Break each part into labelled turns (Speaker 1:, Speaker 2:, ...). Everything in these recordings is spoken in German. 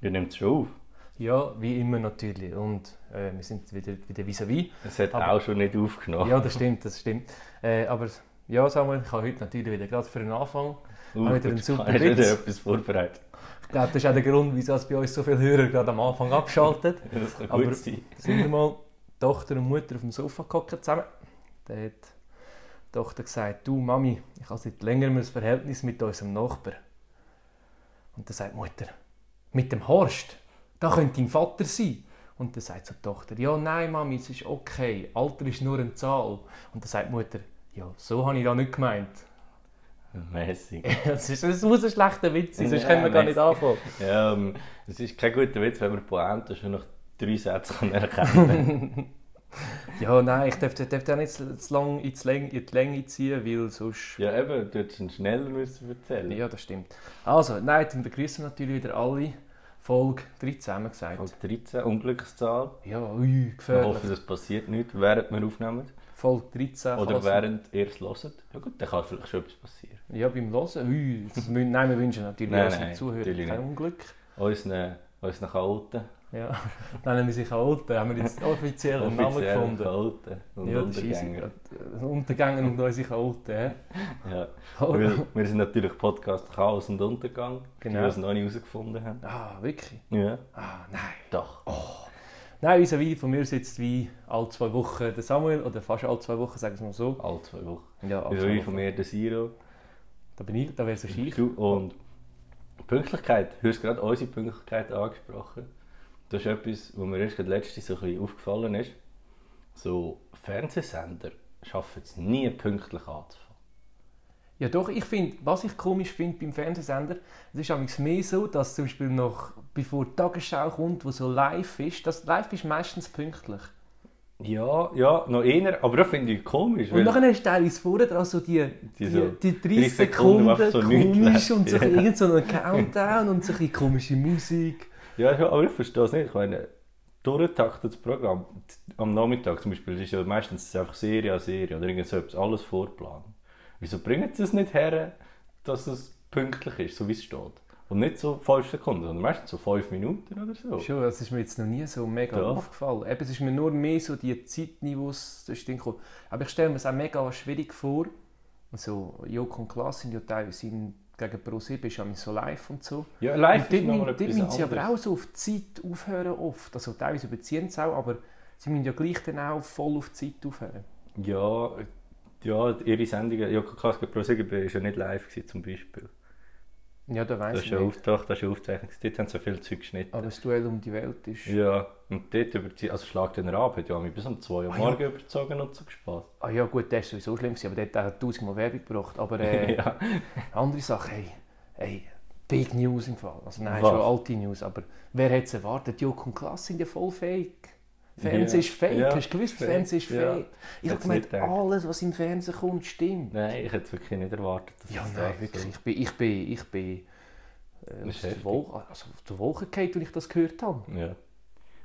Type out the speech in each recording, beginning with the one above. Speaker 1: Ihr nehmt es schon auf.
Speaker 2: Ja, wie immer natürlich. Und äh, wir sind wieder, wieder vis-à-vis.
Speaker 1: Es hat
Speaker 2: Aber-
Speaker 1: auch schon nicht aufgenommen.
Speaker 2: Ja, das stimmt, das stimmt. Äh, aber ja, Samuel, ich habe heute natürlich wieder, gerade für den Anfang,
Speaker 1: Uh,
Speaker 2: wieder ein
Speaker 1: jetzt
Speaker 2: super
Speaker 1: kann ich wieder
Speaker 2: Witz.
Speaker 1: etwas vorbereitet.
Speaker 2: ich glaube, das ist auch der Grund, wieso es bei uns so viele Hörer gerade am Anfang abschaltet.
Speaker 1: Das kann
Speaker 2: Aber-
Speaker 1: gut sein.
Speaker 2: sind wir mal Tochter und Mutter auf dem Sofa gehockt zusammen. Dann hat die Tochter gesagt, du Mami, ich habe seit längerem ein Verhältnis mit unserem Nachbar. Und dann sagt die Mutter, mit dem Horst, da könnte dein Vater sein. Und dann sagt so die Tochter, ja nein Mami, es ist okay, Alter ist nur eine Zahl. Und dann sagt die Mutter, ja, so habe ich das nicht gemeint.
Speaker 1: Mäßig.
Speaker 2: Das, ist, das muss ein schlechter Witz sein, sonst
Speaker 1: Ja,
Speaker 2: können wir gar
Speaker 1: mässig.
Speaker 2: nicht anfangen.
Speaker 1: Ja, ähm, es ist kein guter Witz, wenn man Pointe schon nach drei Sätzen kann erkennen
Speaker 2: Ja, nein, ich darf, darf den auch nicht zu, zu lang in die Länge, in die Länge ziehen, weil sonst...
Speaker 1: ja, eben, du hättest ihn schneller müssen erzählen.
Speaker 2: Ja, das stimmt. Also, nou, nein, dann begrüßen wir natürlich wieder alle. Folge 13 haben wir gesagt.
Speaker 1: Folge 13, Unglückszahl.
Speaker 2: Ja, ui,
Speaker 1: Ich
Speaker 2: gefährlich.
Speaker 1: hoffe, das passiert nicht, während wir aufnehmen.
Speaker 2: Folge 13.
Speaker 1: Oder
Speaker 2: Klasse-
Speaker 1: während ihr es hört. Ja gut, dann kann vielleicht schon etwas passieren.
Speaker 2: Ja, beim Hören. Ui, das mü- nein, wir wünschen natürlich
Speaker 1: Nein,
Speaker 2: unseren
Speaker 1: nein,
Speaker 2: Zuhörern
Speaker 1: natürlich
Speaker 2: kein
Speaker 1: nicht.
Speaker 2: Unglück.
Speaker 1: Unseren, unseren Chaoten.
Speaker 2: Ja, nennen wir sich Alten. Haben wir jetzt offiziell einen Namen
Speaker 1: offiziellen
Speaker 2: gefunden.
Speaker 1: Chaoten und
Speaker 2: Ja, das ist easy.
Speaker 1: Untergänger.
Speaker 2: Untergänger und unsere Alten.
Speaker 1: Ja.
Speaker 2: hä?
Speaker 1: Weil wir sind natürlich Podcast Chaos und Untergang, die
Speaker 2: Genau.
Speaker 1: wir es noch nicht herausgefunden haben.
Speaker 2: Ah, wirklich?
Speaker 1: Ja,
Speaker 2: Ah, nein.
Speaker 1: doch.
Speaker 2: Nein, vis-à-vis von mir sitzt wie alle zwei Wochen der Samuel, oder fast alle zwei Wochen, sagen wir es mal so.
Speaker 1: Alle zwei Wochen.
Speaker 2: Ja, alle
Speaker 1: Also
Speaker 2: zwei
Speaker 1: wie
Speaker 2: Wochen.
Speaker 1: von mir der Siro.
Speaker 2: Da bin ich, da wär's ich.
Speaker 1: Du und Pünktlichkeit. Du hast gerade unsere Pünktlichkeit angesprochen. Das ist etwas, was mir erst gerade letztens so ein bisschen aufgefallen ist. So Fernsehsender schaffen es nie pünktlich anzufangen.
Speaker 2: Ja doch, ich finde, was ich komisch finde beim Fernsehsender, es ist allerdings mehr so, dass zum Beispiel noch, bevor die Tagesschau kommt, wo so live ist, das live ist meistens pünktlich.
Speaker 1: Ja, ja, noch einer, aber das finde ich komisch.
Speaker 2: Und
Speaker 1: weil-
Speaker 2: nachher hast du teilweise vorher dran so die, die,
Speaker 1: Die so
Speaker 2: die 30
Speaker 1: 30
Speaker 2: Sekunden,
Speaker 1: Sekunden, wo einfach so nichts
Speaker 2: komisch
Speaker 1: läuft.
Speaker 2: und so
Speaker 1: Ja.
Speaker 2: irgend so einen Countdown und so ein bisschen komische Musik.
Speaker 1: Ja, schon, aber ich verstehe es nicht. Ich meine, durchgetaktetes Programm am Nachmittag zum Beispiel, das ist ja meistens einfach Serie an Serie oder irgend so etwas, alles vorplanen. Wieso bringen sie es nicht her, dass es pünktlich ist, so wie es steht? Und nicht so 5 Sekunden, sondern meistens so 5 Minuten oder so.
Speaker 2: Schon, das ist mir jetzt noch nie so mega
Speaker 1: Doch.
Speaker 2: aufgefallen. Eben, es ist mir nur mehr so die Zeitniveaus das ist dann gekommen. Aber ich stelle mir es auch mega schwierig vor. Also, Joko und Klaas sind ja teilweise in- gegen Pro7 ist ja manchmal so live und so.
Speaker 1: Ja,
Speaker 2: Und
Speaker 1: live
Speaker 2: dort
Speaker 1: ist noch
Speaker 2: müssen,
Speaker 1: mal
Speaker 2: dort
Speaker 1: etwas
Speaker 2: müssen sie
Speaker 1: anderes.
Speaker 2: aber auch so auf die Zeit aufhören oft. Also teilweise überziehen sie auch, aber sie müssen ja gleich dann auch voll auf die Zeit aufhören.
Speaker 1: Ja, ja, ihre Sendungen, ja, Klaas gegen ProSieben war ja nicht live gewesen, zum Beispiel.
Speaker 2: Ja, da weiss
Speaker 1: Das ist
Speaker 2: ich
Speaker 1: ja
Speaker 2: nicht.
Speaker 1: aufgetaucht, das ist ja aufgezeichnet. Dort haben sie ja viel Zeug geschnitten.
Speaker 2: Aber das Duell um die Welt ist...
Speaker 1: Ja, und dort überzieht, also Schlag den Rab hat ja mich bis um 2 Uhr
Speaker 2: Ah, ja.
Speaker 1: morgen überzogen und so gespart.
Speaker 2: Ah ja gut, der ist sowieso schlimm, gewesen, aber der hat auch tausendmal Werbung gebracht. Aber äh,
Speaker 1: ja.
Speaker 2: andere Sache, hey, hey, Big News im Fall. Also nein,
Speaker 1: Was?
Speaker 2: schon alte News, aber wer hätte es erwartet? Joko und Klaas sind ja voll fake. Fernsehen
Speaker 1: Ja.
Speaker 2: ist fake,
Speaker 1: Ja,
Speaker 2: hast du gewusst,
Speaker 1: fake,
Speaker 2: Fernsehen ist
Speaker 1: ja.
Speaker 2: fake. Ich habe
Speaker 1: Hätt's nicht
Speaker 2: gemeint,
Speaker 1: gedacht.
Speaker 2: alles was im Fernsehen kommt, stimmt.
Speaker 1: Nein, ich hätte es wirklich nicht erwartet. Dass
Speaker 2: Ja,
Speaker 1: es
Speaker 2: nein,
Speaker 1: das
Speaker 2: wirklich.
Speaker 1: so-
Speaker 2: Ich bin, ich bin, ich bin äh,
Speaker 1: Das
Speaker 2: aus
Speaker 1: ist
Speaker 2: der
Speaker 1: heftig.
Speaker 2: Woche, also aus der Woche gefallen, als ich das gehört habe.
Speaker 1: Ja.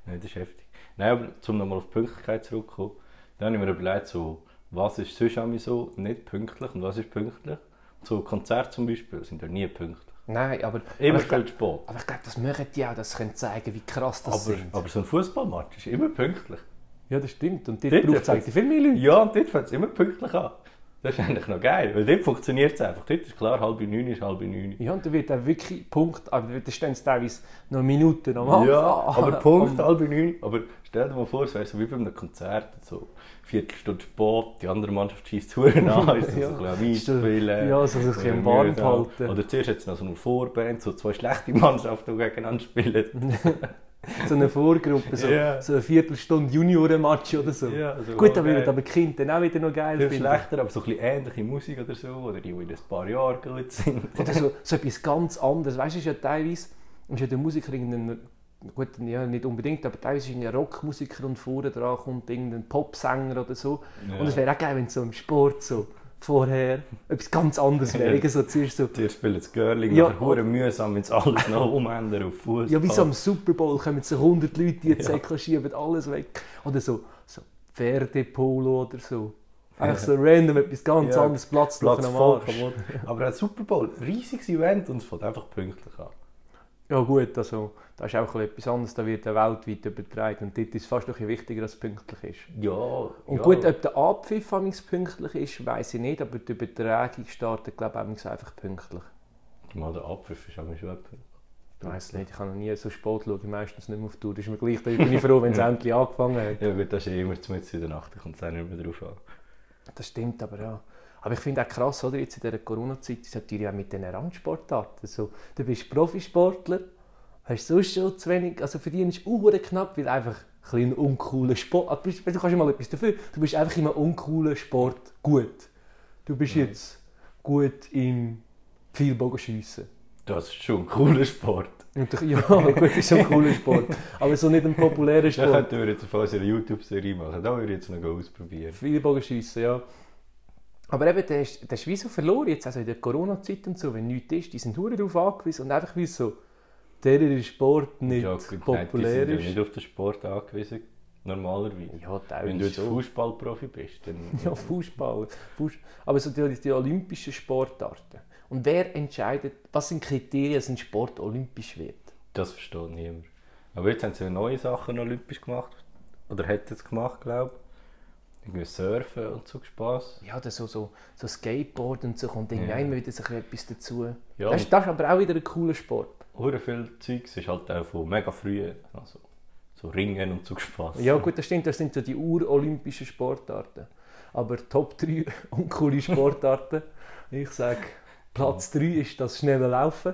Speaker 1: Nein, das ist heftig. Nein, aber um nochmal auf die Pünktlichkeit zurückzukommen, dann habe ich mir überlegt, so, was ist sonst auch so nicht pünktlich und was ist pünktlich? So Konzerte zum Beispiel sind ja nie pünktlich.
Speaker 2: Nein, aber, aber
Speaker 1: Immer
Speaker 2: ich, glaub-
Speaker 1: viel spät.
Speaker 2: aber ich glaube, das mögen die auch, dass sie können zeigen wie krass das
Speaker 1: Aber,
Speaker 2: sind.
Speaker 1: aber so ein Fußballmatch ist immer pünktlich.
Speaker 2: Ja, das stimmt. Und dort
Speaker 1: Dort
Speaker 2: braucht es eigentlich viel mehr Leute.
Speaker 1: Ja, und dort fängt es immer pünktlich an. Das ist eigentlich noch geil, weil dort funktioniert es einfach. Dort ist klar, halb neun ist halb neun.
Speaker 2: Ja, und da wird auch wirklich Punkt, aber da stehen sie teilweise noch Minuten am Anfang.
Speaker 1: Ja, aber Punkt, halb neun. Aber stell dir mal vor, es wäre so wie bei einem Konzert. So Viertelstunde spät, die andere Mannschaft schießt Huren an, ist
Speaker 2: Ja.
Speaker 1: so ein bisschen am Einspielen.
Speaker 2: Ja, so ein bisschen
Speaker 1: Oder
Speaker 2: warm
Speaker 1: müde
Speaker 2: behalten.
Speaker 1: auch. Oder zuerst jetzt noch so eine Vorband, so zwei schlechte Mannschaften, die gegeneinander spielen.
Speaker 2: Um So eine Vorgruppe, so,
Speaker 1: Ja.
Speaker 2: so eine Viertelstunde Juniorenmatch oder so.
Speaker 1: Ja, so
Speaker 2: Gut, da
Speaker 1: geil.
Speaker 2: würden aber die Kinder dann auch wieder noch geil
Speaker 1: Viel
Speaker 2: finden.
Speaker 1: schlechter, aber so ein bisschen ähnliche Musik oder so. Oder die, die in ein paar Jahren gelandet sind.
Speaker 2: Oder so, so etwas ganz anderes. Weißt du, es ist ja teilweise ist ja der Musiker irgendein, gut, ja, nicht unbedingt, aber teilweise ist ein Rockmusiker und vorne dran kommt irgendein Popsänger oder so.
Speaker 1: Ja.
Speaker 2: Und es wäre auch geil, wenn so im Sport so vorher etwas ganz anderes wäre. Ja. So, zuerst so,
Speaker 1: Zuerst spielen das Girling,
Speaker 2: Ja.
Speaker 1: ja. nachher Huren mühsam, wenn sie alles noch umändern auf Fuß.
Speaker 2: Ja, wie so am Super Bowl kommen so 100 Leute, die Säcke schieben alles weg. Oder so, so Pferdepolo oder so. Einfach so random etwas ganz
Speaker 1: Ja,
Speaker 2: anderes, Platz,
Speaker 1: Platz
Speaker 2: nachher am
Speaker 1: voll
Speaker 2: Arsch.
Speaker 1: kaputt. Aber ein Super Bowl, riesiges Event und es fällt einfach pünktlich an.
Speaker 2: Ja gut, also da ist auch ein bisschen etwas anderes, da wird er weltweit übertragen und dort ist es fast noch ein bisschen wichtiger, dass es pünktlich ist.
Speaker 1: Ja.
Speaker 2: Und
Speaker 1: ja.
Speaker 2: gut, äh, ob der Abpfiff manchmal pünktlich ist, weiß ich nicht, aber die Übertragung startet glaube ich manchmal einfach pünktlich.
Speaker 1: Mal der Abpfiff ist aber schon etwas.
Speaker 2: Ich weiß nicht, ich habe noch nie so Sport schaue ich meistens nicht mehr auf die Tour, das ist mir gleich, da bin ich froh, wenn es endlich angefangen hat.
Speaker 1: Ja gut, das ist eh immer zu in der Nacht, da kommt es auch nicht mehr drauf an.
Speaker 2: Das stimmt aber ja. Aber ich finde auch krass, oder? Jetzt in dieser Corona-Zeit ist es natürlich auch mit diesen Randsportarten. Also, du bist Profisportler, hast sonst schon zu wenig. Also verdienst du hure knapp, weil einfach ein bisschen uncooler Sport. Aber du bist- du kannst ja mal etwas dafür. Du bist einfach in einem uncoolen Sport gut. Du bist jetzt gut im Pfeilbogenschiessen.
Speaker 1: Das ist schon ein cooler Sport.
Speaker 2: Und du- Ja, gut, ist schon ein cooler Sport. Aber so nicht ein populärer
Speaker 1: Da
Speaker 2: Sport.
Speaker 1: könnten wir jetzt auf unsere YouTube-Serie machen. Da würde ich jetzt noch ausprobieren.
Speaker 2: Pfeilbogenschiessen, ja. Aber eben, der ist, der ist wie so verloren jetzt, also in der Corona-Zeit und so, wenn nichts ist, die sind hure darauf angewiesen und einfach wie so, der ist Sport nicht
Speaker 1: Ja, gut, nein, die
Speaker 2: populär
Speaker 1: sind ja
Speaker 2: ist.
Speaker 1: nicht auf den Sport angewiesen, normalerweise.
Speaker 2: Ja,
Speaker 1: Wenn du
Speaker 2: teilweise
Speaker 1: jetzt
Speaker 2: schon.
Speaker 1: Fußballprofi bist, dann
Speaker 2: Ja, Fußball. Fuß- Aber so die, die olympischen Sportarten. Und wer entscheidet, was sind Kriterien, dass ein Sport olympisch wird?
Speaker 1: das versteht niemand. Aber jetzt haben sie ja neue Sachen olympisch gemacht. Oder hätten es gemacht, glaube ich. Irgendwie Surfen und so Spass.
Speaker 2: Ja, oder so, so, so Skateboard und so kommt irgendwie
Speaker 1: Ja.
Speaker 2: auch immer wieder so ein bisschen etwas dazu.
Speaker 1: Ja.
Speaker 2: Das, ist, das ist aber auch wieder ein cooler Sport.
Speaker 1: Hure viel Zeugs ist halt auch von mega früh. Also so Ringen und so Spass.
Speaker 2: Ja, gut, das stimmt, das sind so die urolympischen Sportarten. Aber Top 3 uncoole Sportarten, ich sage, Platz 3 ist das schnelle Laufen.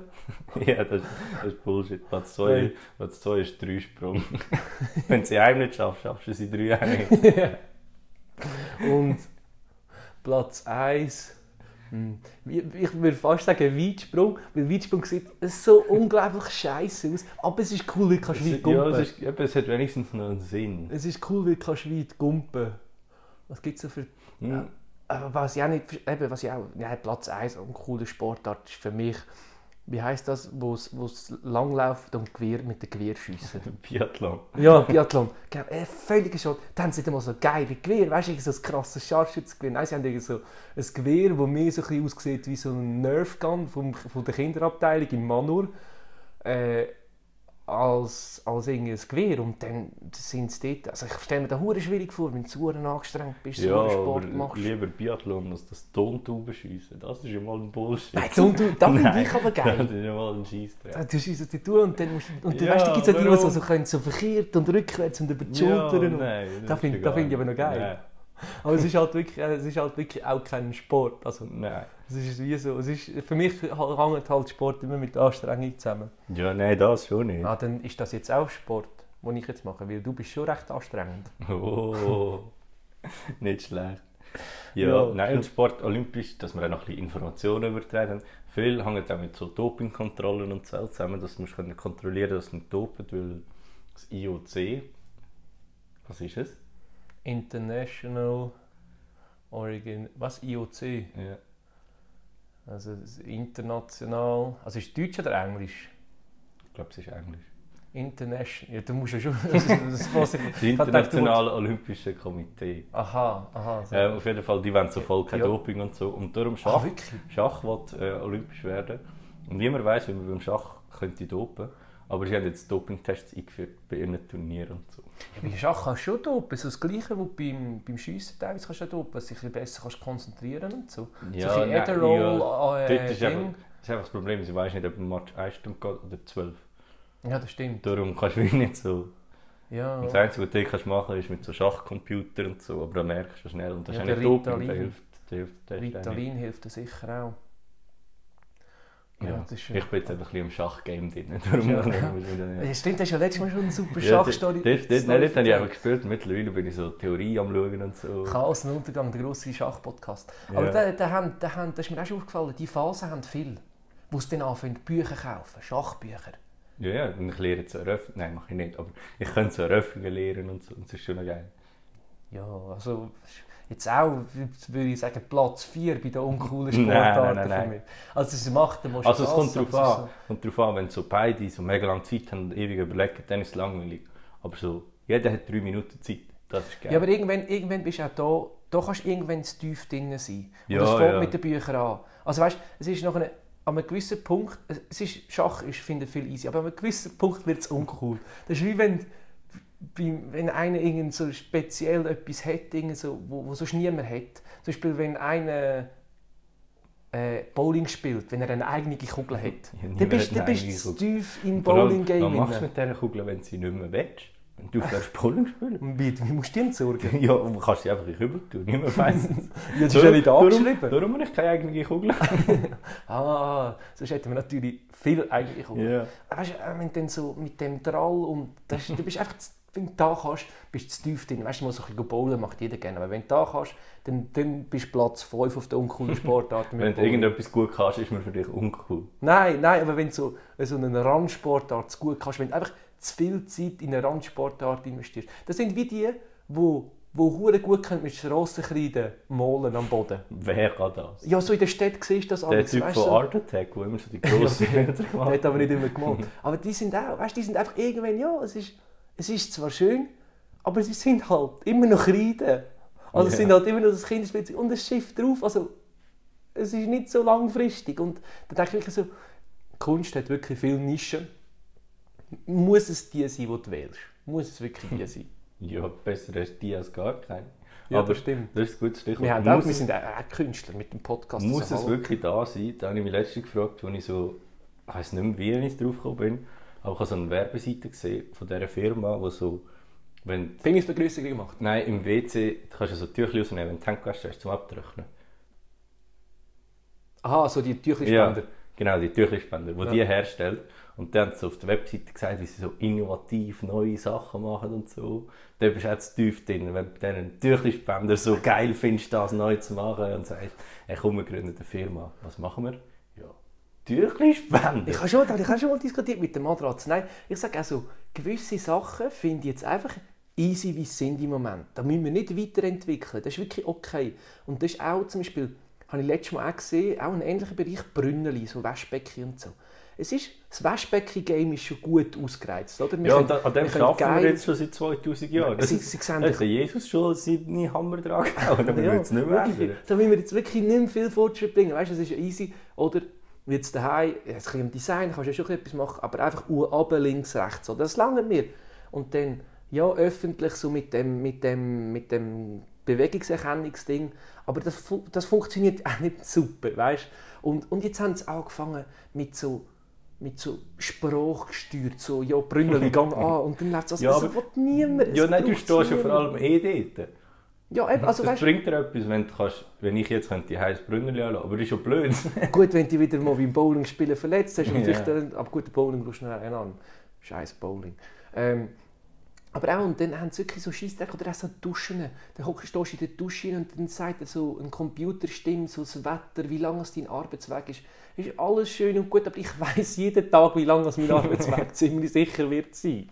Speaker 1: Ja, das, das ist Bullshit. Platz 2 Platz zwei ist Dreisprung. Wenn du sie einem nicht schaffst, schaffst du sie drei auch nicht.
Speaker 2: Und Platz 1, ich würde fast sagen Weitsprung, weil Weitsprung sieht so unglaublich scheiße aus, aber es ist cool, weil du kannst weit
Speaker 1: ja, es,
Speaker 2: gumpen.
Speaker 1: ist, eben, es hat wenigstens noch einen Sinn.
Speaker 2: Es ist cool, weil du kannst weit gumpen. Was gibt es da für Äh,
Speaker 1: Hm.
Speaker 2: Aber was ich auch nicht, ver- eben, was ich auch, ja, Platz 1 und coole Sportart ist für mich, wie heisst das, wo es langlaufen und Gewehr mit dem Gewehr schiessen.
Speaker 1: Biathlon.
Speaker 2: ja, Biathlon. Genau, äh, völlig schon. Dann sind immer so geile Gewehr, weißt du, so ein krasses Scharfschützengewehr. Nein, sie haben irgendwie so ein Gewehr, das mehr so ein bisschen aussieht wie so ein Nerfgun vom, von der Kinderabteilung im Manur. Äh, als, als irgendein Gewehr und dann sind sie dort. Also ich stelle mir das hure schwierig vor, wenn du zu hure angestrengt bist, so
Speaker 1: Ja,
Speaker 2: einen
Speaker 1: aber
Speaker 2: Sport machst.
Speaker 1: lieber Biathlon als das Tontauben schiessen. Das ist ja mal ein Bullshit.
Speaker 2: Nein, so, du, das finde
Speaker 1: Nein,
Speaker 2: ich aber
Speaker 1: Das
Speaker 2: geil.
Speaker 1: ist ja mal ein Scheissdreck.
Speaker 2: Ja, dus Du schießt die Tour und dann, musst, und dann
Speaker 1: Ja,
Speaker 2: weißt du, gibt es die, die so,
Speaker 1: warum?
Speaker 2: so, können, so verkehrt und rückwärts und über die Schultern.
Speaker 1: Ja,
Speaker 2: und-
Speaker 1: nein,
Speaker 2: das
Speaker 1: ist
Speaker 2: finde das
Speaker 1: egal.
Speaker 2: finde ich aber noch geil. Aber es ist, halt wirklich, äh, es ist halt wirklich auch kein Sport. Also,
Speaker 1: Nein. nein.
Speaker 2: es ist wie so, es ist, für mich ha- hängt halt Sport immer mit Anstrengung zusammen.
Speaker 1: Ja, nein, das schon nicht.
Speaker 2: Ah, dann ist das jetzt auch Sport, den ich jetzt mache, weil du bist schon recht anstrengend.
Speaker 1: Oh, nicht schlecht. Ja,
Speaker 2: Ja.
Speaker 1: nein, und Sport olympisch, dass wir auch noch ein bisschen Informationen übertragen. Viel hängt auch mit so Dopingkontrollen und so zusammen, dass du musst können kontrollieren dass du nicht dopet, weil das IOC, was ist es?
Speaker 2: International Origin, was? IOC?
Speaker 1: Ja.
Speaker 2: Also das international, also ist Deutsch oder Englisch?
Speaker 1: Ich glaube, es ist Englisch.
Speaker 2: International. Ja, du musst ja schon. Das, das, das,
Speaker 1: Das Internationale Olympische Komitee.
Speaker 2: Aha, aha. So.
Speaker 1: Äh, auf jeden Fall, die wollen so voll kein
Speaker 2: Ja.
Speaker 1: Doping und so. Und darum
Speaker 2: Ah,
Speaker 1: Schach,
Speaker 2: wirklich?
Speaker 1: Schach will äh, olympisch werden. Und niemand weiß, wie man beim Schach könnte dopen. Aber sie haben jetzt Dopingtests eingeführt bei ihren Turnieren und so.
Speaker 2: Ja, bei Schach kannst du schon dopen. So das Gleiche, wo du beim, beim Schiessen teilweise kannst du auch dopen, dass du dich ein bisschen besser kannst konzentrieren und so. so ein bisschen Adderall,
Speaker 1: Dort
Speaker 2: äh,
Speaker 1: ist einfach,
Speaker 2: Ding.
Speaker 1: das ist einfach das Problem, sie weiß nicht, ob ein Match 1 Stunde geht oder 12.
Speaker 2: Ja, das stimmt.
Speaker 1: Darum kannst du wie nicht so.
Speaker 2: Ja.
Speaker 1: Und das Einzige, was du kannst machen kannst, ist mit so Schachcomputer und so. Aber da merkst du schnell. Und das
Speaker 2: Ja,
Speaker 1: ist
Speaker 2: der
Speaker 1: auch nicht Doping,
Speaker 2: Ritalin.
Speaker 1: der hilft. Der hilft der hilft auch nicht.
Speaker 2: Ritalin hilft dir sicher auch. Ja,
Speaker 1: Ja,
Speaker 2: das ist schön.
Speaker 1: ich bin jetzt einfach ein bisschen im Schachgame drin. Darum
Speaker 2: Ja.
Speaker 1: muss ich dann
Speaker 2: Ja, stimmt, das ist ja letztes Mal schon eine super
Speaker 1: Ja, dort-
Speaker 2: Schachstory.
Speaker 1: Dort, dort, nein, dort habe ich einfach gespielt. Mittlerweile bin ich so Theorie am Schauen und so.
Speaker 2: Chaos und Untergang, der grosse Schachpodcast.
Speaker 1: Ja.
Speaker 2: Aber da, da, haben, da, haben, das ist mir auch schon aufgefallen, die Phasen haben viel. Wo sie dann anfangen, Bücher kaufen, Schachbücher.
Speaker 1: Ja, ja, und ich lerne zu eröffnen. Nein, mache ich nicht. Aber ich könnte zu eröffnen lernen und so. Und das ist schon noch geil.
Speaker 2: Ja, also jetzt auch würde ich sagen Platz 4 bei den uncoolen
Speaker 1: Nein, nein,
Speaker 2: Sportarten
Speaker 1: nein, nein.
Speaker 2: für mich. Also es macht dann mal
Speaker 1: Also es
Speaker 2: Spass,
Speaker 1: kommt darauf
Speaker 2: aber es
Speaker 1: an. Kommt drauf an, wenn so beide so mega lange Zeit haben und ewig überlegen, dann ist es langweilig. Aber so, jeder hat drei Minuten Zeit. Das ist
Speaker 2: ist so-
Speaker 1: geil.
Speaker 2: Ja, aber irgendwann, irgendwann bist du auch da, da kannst du irgendwann zu tief drin sein. Und
Speaker 1: Ja,
Speaker 2: das fängt
Speaker 1: ja.
Speaker 2: mit den Büchern an. Also weißt, es ist noch eine, an einem gewissen Punkt, es ist, Schach ist, finde ich, viel easy, aber an einem gewissen Punkt wird es uncool. Das ist wie wenn, wie, wenn einer irgend so speziell etwas hat, irgend so, wo, wo sonst niemand hat. Zum Beispiel, wenn einer äh, Bowling spielt, wenn er eine eigene Kugel hat.
Speaker 1: niemand
Speaker 2: dann bist,
Speaker 1: hat
Speaker 2: dann
Speaker 1: eine
Speaker 2: bist
Speaker 1: eigene
Speaker 2: du zu
Speaker 1: Kugel.
Speaker 2: tief im
Speaker 1: Vor allem, Was
Speaker 2: Bowling-Game.
Speaker 1: machst du
Speaker 2: rein.
Speaker 1: mit dieser Kugel, wenn du sie nicht mehr willst? Wenn du fährst Bowling spielen?
Speaker 2: Und Wie, wie musst du dir entsorgen?
Speaker 1: ja, du kannst sie einfach in den Kübel tun, niemand weiss es.
Speaker 2: Ja, das ist ja nicht
Speaker 1: Darum,
Speaker 2: angeschrieben.
Speaker 1: darum habe ich keine eigene Kugel.
Speaker 2: Ah, sonst hätten wir natürlich viel eigene Kugel.
Speaker 1: ja.
Speaker 2: Weißt du, äh, wenn du dann so mit dem Drall und das, du bist einfach, zu- wenn du da kannst, bist du zu tief drin. Weißt du, mal so ein bisschen bowlen macht jeder gerne. Aber wenn du da kannst, dann, dann bist du Platz 5 auf der uncoolen Sportart. mit
Speaker 1: Wenn du
Speaker 2: Bowlen.
Speaker 1: irgendetwas gut kannst, ist man für dich uncool.
Speaker 2: Nein, nein, aber wenn du so, äh, so eine Randsportart zu gut kannst, wenn du einfach zu viel Zeit in eine Randsportart investierst. Das sind wie die, wo wo hure gut können mit Strassenkreiden malen am Boden.
Speaker 1: Wer kann das?
Speaker 2: Ja, so in der Stadt siehst du das
Speaker 1: Der
Speaker 2: alles,
Speaker 1: Typ
Speaker 2: weißt
Speaker 1: von
Speaker 2: du?
Speaker 1: Art Attack, der immer so die grossen Bilder
Speaker 2: Der
Speaker 1: gemacht
Speaker 2: hat aber nicht immer gemalt. Aber die sind auch, weißt, die sind einfach irgendwann, ja, es ist, es ist zwar schön, aber sie sind halt immer noch Kreide. Also es
Speaker 1: Ja.
Speaker 2: sind halt immer noch das Kinderspielzeug und das Schiff drauf. Also es ist nicht so langfristig. Und da denke ich wirklich so, Kunst hat wirklich viele Nischen. Muss es die sein, die du wählst? Muss es wirklich die sein?
Speaker 1: Ja, besser als die als gar keine.
Speaker 2: Ja, das stimmt.
Speaker 1: Das ist ein gutes Stichwort.
Speaker 2: Wir, haben auch,
Speaker 1: Muss
Speaker 2: wir
Speaker 1: es-
Speaker 2: sind auch- auch Künstler mit dem Podcast.
Speaker 1: Muss
Speaker 2: also
Speaker 1: es wirklich da sein? Da habe ich mich letztens gefragt, als ich so, ich weiß nicht mehr, wie ich drauf gekommen bin, aber ich habe so eine Werbeseite gesehen von dieser Firma, wo so, wenn,
Speaker 2: Fingersbegrüßung gemacht.
Speaker 1: nein, im WC du kannst du so Tüchli rausnehmen, wenn du die Hände gewaschen hast, zum Abtrocknen.
Speaker 2: Aha, so die
Speaker 1: Ja,
Speaker 2: Tüchlispender.
Speaker 1: genau, die Tüchlispender, die die herstellt. Und dann haben sie auf der Webseite gesagt, wie sie so innovativ neue Sachen machen und so. Da bist du auch zu tief drin, wenn du dann einen Tüchlispender so geil findest, das neu zu machen und sagst, hey, komm, wir gründen eine Firma. Was machen wir? Ja, Tüchlispender.
Speaker 2: Ich habe schon, mal- ich habe schon mal diskutiert mit dem Madratz. Nein, ich sage also, gewisse Sachen finde ich jetzt einfach easy, wie sie sind im Moment. Da müssen wir nicht weiterentwickeln. Das ist wirklich okay. Und das ist auch zum Beispiel, habe ich letztes Mal auch gesehen, auch ein ähnlicher Bereich Brünneli, so Waschbecken und so. Es ist, das Waschbecken-Game ist schon gut ausgereizt, oder? Wir
Speaker 1: Ja,
Speaker 2: können-
Speaker 1: und an dem
Speaker 2: wir können
Speaker 1: schaffen wir
Speaker 2: geil-
Speaker 1: jetzt schon seit 2000 Jahren.
Speaker 2: Sie- Sie sehen
Speaker 1: das
Speaker 2: doch-
Speaker 1: ist Jesus schon seine Hammer dran gehauen, aber wir
Speaker 2: Ja,
Speaker 1: würden es nicht mehr
Speaker 2: wirklich.
Speaker 1: ändern.
Speaker 2: Da müssen wir jetzt wirklich nicht mehr viel Fortschritt bringen. Weißt du, das ist ja easy. Oder wie jetzt daheim, ja, ein bisschen im Design kannst du ja schon etwas machen, aber einfach Uhr runter, links, rechts. Oder? Das lange mir. Und dann, ja, öffentlich so mit dem, mit dem, mit dem Bewegungserkennungsding. Aber das, fu- das funktioniert auch nicht super, weißt du? Und, und jetzt haben sie angefangen mit so mit so Sprache gesteuert, so, ja, Brünneli, gang an, und dann läuft es also,
Speaker 1: Ja,
Speaker 2: das
Speaker 1: aber-
Speaker 2: will niemand. es
Speaker 1: Ja, nein, du
Speaker 2: braucht's
Speaker 1: stehst ja vor
Speaker 2: niemand.
Speaker 1: allem eh dort.
Speaker 2: Ja, eben, also,
Speaker 1: das
Speaker 2: weißt,
Speaker 1: bringt dir etwas, wenn, du kannst, wenn ich jetzt könnte die heiße Brünneli anlassen aber das ist ja blöd.
Speaker 2: Gut, wenn du dich wieder mal beim Bowling spielen verletzt hast, und
Speaker 1: Ja.
Speaker 2: vielleicht dann, aber gut, der Bowling brauchst du noch einen Arm. Scheiß Bowling. Ähm, aber auch, und dann haben sie wirklich so Scheissdreck oder auch so Duschen. Dann hockst du in der Dusche rein und dann sagt er so ein Computerstimme, so das Wetter, wie lang es dein Arbeitsweg ist. Ist alles schön und gut, aber ich weiß jeden Tag, wie lang es mein Arbeitsweg ziemlich sicher wird sein.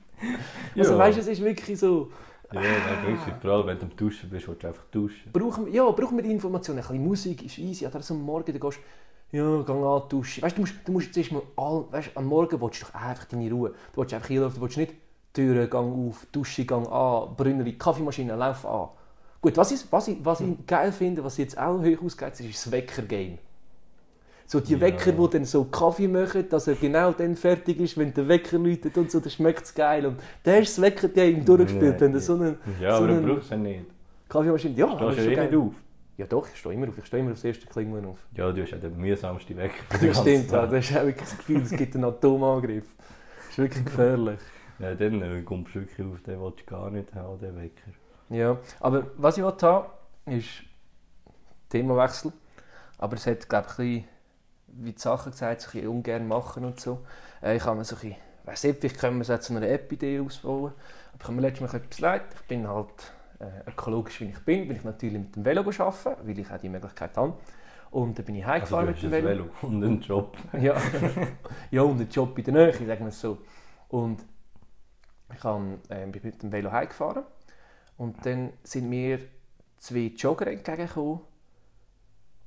Speaker 2: Also
Speaker 1: Ja.
Speaker 2: weißt du, es ist wirklich so,
Speaker 1: ja, nein, bringst du vor allem, wenn du am Duschen bist, willst du einfach duschen.
Speaker 2: brauchen wir, ja, brauchen wir die Informationen. Ein bisschen Musik ist easy. Oder so am Morgen, dann gehst du, ja, geh an, duschen. Weißt du, du musst, du musst zuerst mal, all, weißt, am Morgen willst du doch einfach deine Ruhe. Du willst einfach hinlaufen, du willst nicht Türen, Gang auf, Dusche, Gang an, Brünneri, Kaffeemaschine, lauf an. Gut, was, ist, was, ich, was ich geil finde, was jetzt auch hoch ausgeht, ist das Wecker-Game. So die
Speaker 1: Ja.
Speaker 2: Wecker, die dann so Kaffee machen, dass er genau dann fertig ist, wenn der Wecker läutet und so, das schmeckt es geil. Und der ist das Wecker-Game durchgespielt, wenn du so einen,
Speaker 1: Ja,
Speaker 2: so
Speaker 1: aber du
Speaker 2: einen
Speaker 1: brauchst du ja nicht.
Speaker 2: Kaffeemaschine... Ja,
Speaker 1: Du
Speaker 2: aber
Speaker 1: stehst
Speaker 2: ist
Speaker 1: ja
Speaker 2: schon
Speaker 1: eh
Speaker 2: geil.
Speaker 1: nicht auf.
Speaker 2: Ja doch, ich stehe immer auf. Ich stehe immer aufs erste Klingeln auf.
Speaker 1: Ja, dus du hast ja den mühsamsten Weg. von der
Speaker 2: Das
Speaker 1: ganzen
Speaker 2: stimmt, ja,
Speaker 1: Welt.
Speaker 2: das ist auch wirklich das Gefühl, es gibt einen Atomangriff. Das ist wirklich gefährlich.
Speaker 1: Ja, dann äh, kommst du wirklich auf, den willst du gar nicht haben, den Wecker.
Speaker 2: Ja, aber was ich wollte haben, ist Themawechsel. Aber es hat, glaube ich, ein bisschen, wie die Sachen gesagt, so ein bisschen ungern machen und so. Äh, ich habe mir so ein bisschen, weiss nicht, vielleicht können wir es auch zu einer App-Idee ausbauen. Aber ich habe mir letztes Mal etwas leid. Ich bin halt äh, ökologisch, wie ich bin, bin ich natürlich mit dem Velo arbeiten, weil ich auch die Möglichkeit habe. Und dann bin ich
Speaker 1: Also
Speaker 2: heimgefahren
Speaker 1: du
Speaker 2: mit
Speaker 1: hast
Speaker 2: dem
Speaker 1: ein
Speaker 2: Velo.
Speaker 1: Velo und einen Job.
Speaker 2: ja. ja, und einen Job in der Nähe, sagen wir es so. Und ich habe, äh, bin mit dem Velo heimgefahren und dann sind mir zwei Jogger entgegengekommen,